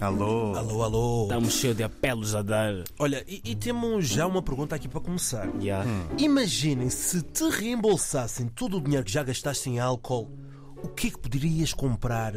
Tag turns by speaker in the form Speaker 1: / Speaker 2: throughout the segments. Speaker 1: Alô?
Speaker 2: Alô, alô.
Speaker 3: Estamos cheios de apelos a dar.
Speaker 2: Olha, e, e temos já uma pergunta aqui para começar.
Speaker 3: Yeah.
Speaker 1: Hum.
Speaker 2: Imaginem se te reembolsassem todo o dinheiro que já gastaste em álcool, o que é que poderias comprar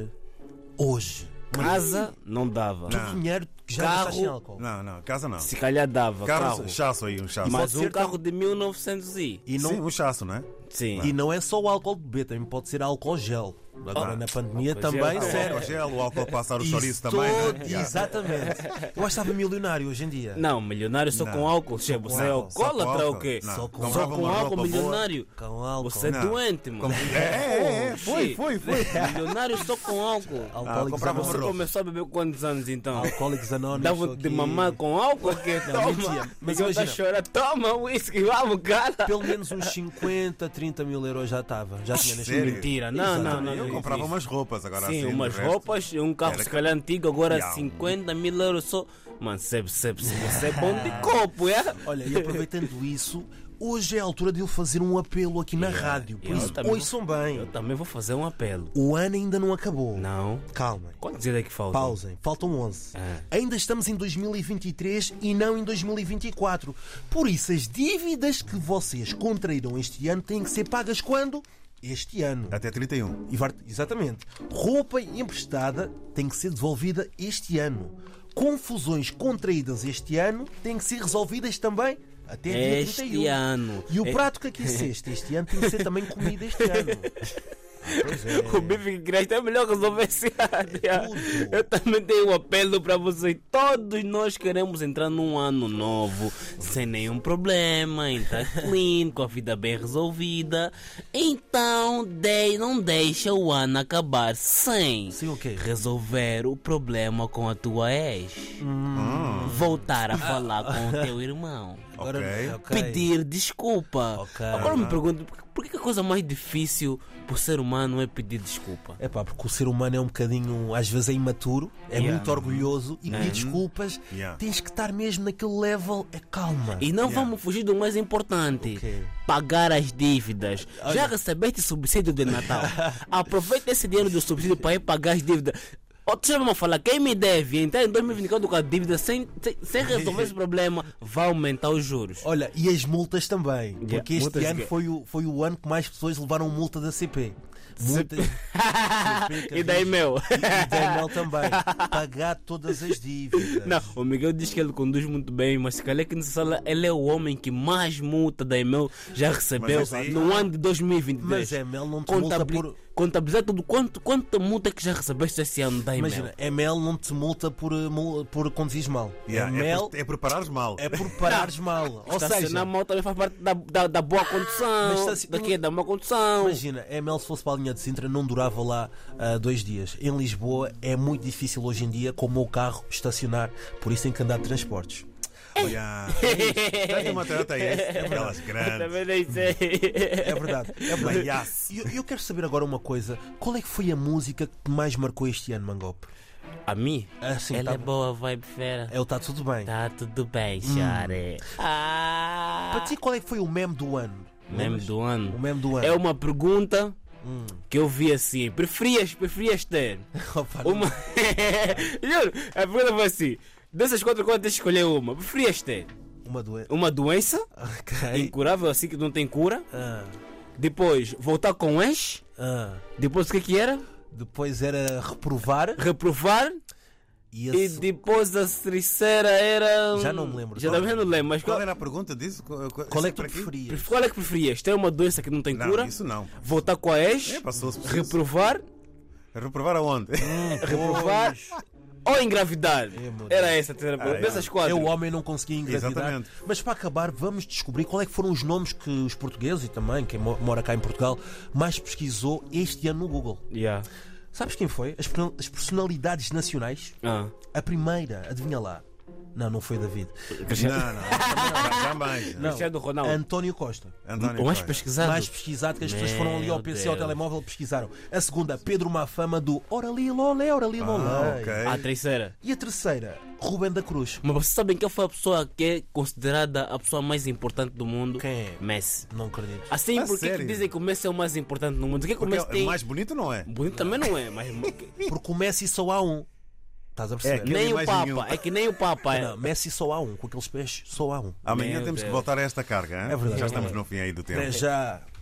Speaker 2: hoje?
Speaker 3: Casa não dava.
Speaker 2: Todo o dinheiro que já
Speaker 3: Carro.
Speaker 2: gastaste em álcool.
Speaker 1: Não, não, casa não.
Speaker 3: Se calhar dava.
Speaker 1: Carro,
Speaker 3: Carro.
Speaker 1: chasso aí, um chasso.
Speaker 3: Mas
Speaker 2: ser
Speaker 3: um carro de 1900 e.
Speaker 2: E não,
Speaker 1: Sim, um chasso, né?
Speaker 3: Sim.
Speaker 2: e não é só o álcool de bebê, também pode ser álcool gel. Agora na pandemia
Speaker 3: Álcool gel,
Speaker 2: também
Speaker 3: álcool
Speaker 1: O Ah. álcool
Speaker 2: serve.
Speaker 1: gel, o álcool passar o
Speaker 2: É Isso
Speaker 1: chouriço
Speaker 2: todo-
Speaker 1: também, né? Yeah.
Speaker 2: Exatamente. Eu acho que estava milionário hoje em dia.
Speaker 3: Não, milionário só
Speaker 1: Não.
Speaker 3: com álcool. Che,
Speaker 2: com
Speaker 3: você é
Speaker 2: álcool.
Speaker 1: Só com
Speaker 3: alcoólatra ou
Speaker 1: álcool.
Speaker 3: quê?
Speaker 1: Não,
Speaker 2: Só com-
Speaker 1: comprava
Speaker 3: Só com
Speaker 1: uma
Speaker 3: álcool,
Speaker 1: roupa boa.
Speaker 3: milionário.
Speaker 2: Com álcool.
Speaker 3: Você é
Speaker 1: Não.
Speaker 3: doente, mano.
Speaker 1: É, é, é, foi,
Speaker 3: Sim.
Speaker 1: foi, foi.
Speaker 3: Milionário só com álcool.
Speaker 2: Alcoólicos
Speaker 1: Ah, comprava
Speaker 2: Anónimos.
Speaker 3: Você
Speaker 1: Rolos.
Speaker 3: começou a beber com quantos anos então?
Speaker 2: Alcoólicos Anónimos.
Speaker 3: Dava
Speaker 2: só
Speaker 3: de
Speaker 2: que-
Speaker 3: mamar com álcool? Que toma.
Speaker 2: mentira. Mas
Speaker 3: Mas eu tá
Speaker 2: imagina.
Speaker 3: chorando. Toma um whisky, vamos, cara.
Speaker 2: Pelo menos uns 50, 30 mil euros já estava. Já tinha neste
Speaker 1: Sério?
Speaker 2: momento.
Speaker 3: Mentira, não, não, não.
Speaker 1: Eu
Speaker 3: não
Speaker 1: comprava
Speaker 3: existe.
Speaker 1: umas roupas agora
Speaker 3: Sim,
Speaker 1: assim.
Speaker 3: umas
Speaker 1: de resto.
Speaker 3: roupas, um carro
Speaker 1: Era
Speaker 3: se
Speaker 1: que-
Speaker 3: calhar antigo, agora
Speaker 1: Yeah.
Speaker 3: 50 mil euros só. Mano, sebe, sebe, sebe, você é bom de copo, é?
Speaker 2: Olha, e aproveitando isso, hoje é a altura de eu fazer um apelo aqui na rádio. Por
Speaker 3: Eu
Speaker 2: isso,
Speaker 3: também-
Speaker 2: ouçam
Speaker 3: Eu
Speaker 2: bem.
Speaker 3: também vou fazer um apelo.
Speaker 2: O ano ainda não acabou.
Speaker 3: Não.
Speaker 2: Calmem.
Speaker 3: Quantos é que falta?
Speaker 2: Pausem, faltam 11.
Speaker 3: Ah.
Speaker 2: Ainda estamos em 2023 e não em 2024. Por isso, as dívidas que vocês contraíram este ano têm que ser pagas quando? Este ano.
Speaker 1: Até 31.
Speaker 2: E var- Exatamente. Roupa emprestada tem que ser devolvida este ano. Confusões contraídas este ano têm que ser resolvidas também até dia
Speaker 3: Este
Speaker 2: 31.
Speaker 3: ano.
Speaker 2: E o
Speaker 3: É-
Speaker 2: prato que aqueceste este ano tem que ser também comida este ano. Ah, pois é.
Speaker 3: O bife que cresce é melhor resolver esse ano. yeah.
Speaker 2: tudo.
Speaker 3: Eu também tenho um apelo para vocês. Todos nós queremos entrar num ano novo sem nenhum problema, entrar clean, com a vida bem resolvida. Então, de- não deixa o ano acabar sem
Speaker 2: Sim, ok.
Speaker 3: resolver o problema com a tua ex. Voltar a falar com o teu irmão.
Speaker 2: Agora- é
Speaker 1: ok.
Speaker 2: ok.
Speaker 3: Pedir desculpa.
Speaker 2: Ok.
Speaker 3: Agora eu me pergunto, por que- por que a coisa mais difícil por ser humano é pedir desculpa?
Speaker 2: É pá, porque o ser humano é um bocadinho, às vezes é imaturo, é
Speaker 3: Yeah. Uhum.
Speaker 2: muito orgulhoso e pedir desculpas,
Speaker 1: Yeah.
Speaker 2: tens que estar mesmo naquele level, é calma.
Speaker 3: E não vamos fugir do mais importante:
Speaker 2: Ok.
Speaker 3: pagar as dívidas. Já recebeste subsídio de Natal? Aproveita esse dinheiro do subsídio para ir pagar as dívidas. Outros vão falar, quem me deve entrar em 2024 com a dívida sem, sem, sem resolver esse problema, vai aumentar os juros.
Speaker 2: Olha, e as multas também, porque
Speaker 3: multas
Speaker 2: este
Speaker 3: de
Speaker 2: ano
Speaker 3: quê?
Speaker 2: foi o, foi o ano que mais pessoas levaram multa da CP. Multas.
Speaker 3: e daí, meu?
Speaker 2: E Daniel também. Pagar todas as dívidas.
Speaker 3: Não, o Miguel diz que ele conduz muito bem, mas se calhar que nessa sala ele é o homem que mais multa da Emel já recebeu
Speaker 1: isso aí-
Speaker 3: no ano de 2022.
Speaker 2: assim, ah, Mas a Emel não te
Speaker 3: Contabili-
Speaker 2: multa por-
Speaker 3: Contabilizar tudo quanto, quanto multa é que já recebeste esse ano da Emel.
Speaker 2: Imagina, é mel não te multa por, eh, mul- por conduzir mal.
Speaker 1: Yeah,
Speaker 2: é
Speaker 1: é,
Speaker 2: mel
Speaker 1: pre- é preparares mal.
Speaker 2: é por parares mal. Ou seja,
Speaker 3: Estacionar mal também faz parte da, da, da boa condução,
Speaker 2: assim. Mas assim estaci-
Speaker 3: daqui é da má condução.
Speaker 2: imagina, a mel se fosse para a linha de Sintra não durava lá ah, dois dias. Em Lisboa é muito difícil hoje em dia com o meu carro estacionar, por isso tem que andar de transportes.
Speaker 1: Yeah. Tens uma Toyota aí, aquelas grandes.
Speaker 3: Também nem sei.
Speaker 2: É verdade. É verdade.
Speaker 1: Maiaço.
Speaker 2: E Eu, eu quero saber agora uma coisa: qual é que foi a música que te mais marcou este ano, Mangope?
Speaker 3: A mim,
Speaker 2: Ah, sim,
Speaker 3: ela
Speaker 2: tá
Speaker 3: é
Speaker 2: bom. Hum.
Speaker 3: boa, vibe fera.
Speaker 2: É o Tá Tudo Bem.
Speaker 3: Tá tudo bem, Xare. Ah.
Speaker 2: Para ti, qual é que foi o meme do ano?
Speaker 3: Meme do ano.
Speaker 2: O meme do ano. Hum.
Speaker 3: É uma pergunta que eu vi assim. Preferias, preferias ter
Speaker 2: Opa,
Speaker 3: uma. Juro, a pergunta foi assim. Dessas quatro coisas, deixa eu escolher uma. Preferias ter
Speaker 2: Uma doença.
Speaker 3: uma doença
Speaker 2: Ok.
Speaker 3: incurável, assim que não tem cura.
Speaker 2: Ah,
Speaker 3: Depois, voltar com ex.
Speaker 2: ah.
Speaker 3: Depois, o que que era?
Speaker 2: Depois era reprovar.
Speaker 3: Reprovar.
Speaker 2: E,
Speaker 3: E
Speaker 2: esse...
Speaker 3: depois, a terceira era. um-
Speaker 2: Já não me lembro.
Speaker 3: Já também não lembro, mas
Speaker 1: Qual
Speaker 3: qual,
Speaker 1: era a pergunta disso? Qual,
Speaker 2: Qual é que tu
Speaker 1: para quê?
Speaker 2: preferias?
Speaker 3: qual é que preferias? Ter uma doença que não tem
Speaker 1: Não,
Speaker 3: cura?
Speaker 1: isso não.
Speaker 3: Voltar com a ex?
Speaker 1: É, passou-se por isso.
Speaker 3: reprovar?
Speaker 1: Reprovar aonde?
Speaker 3: reprovar ou engravidar.
Speaker 2: meu Deus.
Speaker 3: Era essa tá a terceira
Speaker 1: Ah,
Speaker 3: pergunta.
Speaker 1: é.
Speaker 3: Dessas quatro.
Speaker 2: Eu, homem, não conseguia engravidar.
Speaker 1: Exatamente.
Speaker 2: Mas para acabar, vamos descobrir qual é que foram os nomes que os portugueses e também quem mo- mora cá em Portugal mais pesquisou este ano no Google.
Speaker 3: Yeah.
Speaker 2: Sabes quem foi? As, per- as personalidades nacionais?
Speaker 3: Ah.
Speaker 2: A primeira, adivinha lá. Não, não foi David.
Speaker 1: não, não. Jamais.
Speaker 2: Não. É
Speaker 3: Cristiano Ronaldo.
Speaker 2: António Costa.
Speaker 1: António
Speaker 3: o mais
Speaker 1: Costa.
Speaker 3: pesquisado.
Speaker 2: mais pesquisado que as pessoas foram ali ao
Speaker 3: Meu
Speaker 2: PC ao
Speaker 3: Deus.
Speaker 2: telemóvel pesquisaram. A segunda, Pedro Mafama do Ora li lolé, ora li
Speaker 1: Ah,
Speaker 2: lolé.
Speaker 1: ok.
Speaker 3: A terceira.
Speaker 2: E a terceira, Ruben da Cruz.
Speaker 3: Mas vocês sabem quem foi a pessoa que é considerada a pessoa mais importante do mundo?
Speaker 2: Quem é?
Speaker 3: Messi.
Speaker 2: Não acredito.
Speaker 3: Assim,
Speaker 1: Ah,
Speaker 3: porque que
Speaker 1: sério?
Speaker 3: dizem que o Messi é o mais importante do mundo? O que é que o
Speaker 1: Porque
Speaker 3: Messi
Speaker 1: é
Speaker 3: tem?
Speaker 1: mais bonito não é?
Speaker 3: Bonito também não é, mas.
Speaker 2: Porque o Messi só há um. Estás a perceber?
Speaker 1: É Aquela
Speaker 3: nem o
Speaker 1: imagem
Speaker 3: Papa,
Speaker 1: nenhuma.
Speaker 3: é que nem o Papa.
Speaker 2: Não, Messi só há um, com aqueles pés só há um.
Speaker 1: Amanhã
Speaker 3: Meu
Speaker 1: temos que
Speaker 3: Deus.
Speaker 1: voltar a esta carga. hein?
Speaker 2: É verdade.
Speaker 1: Já estamos no fim aí do tempo.
Speaker 2: Até já.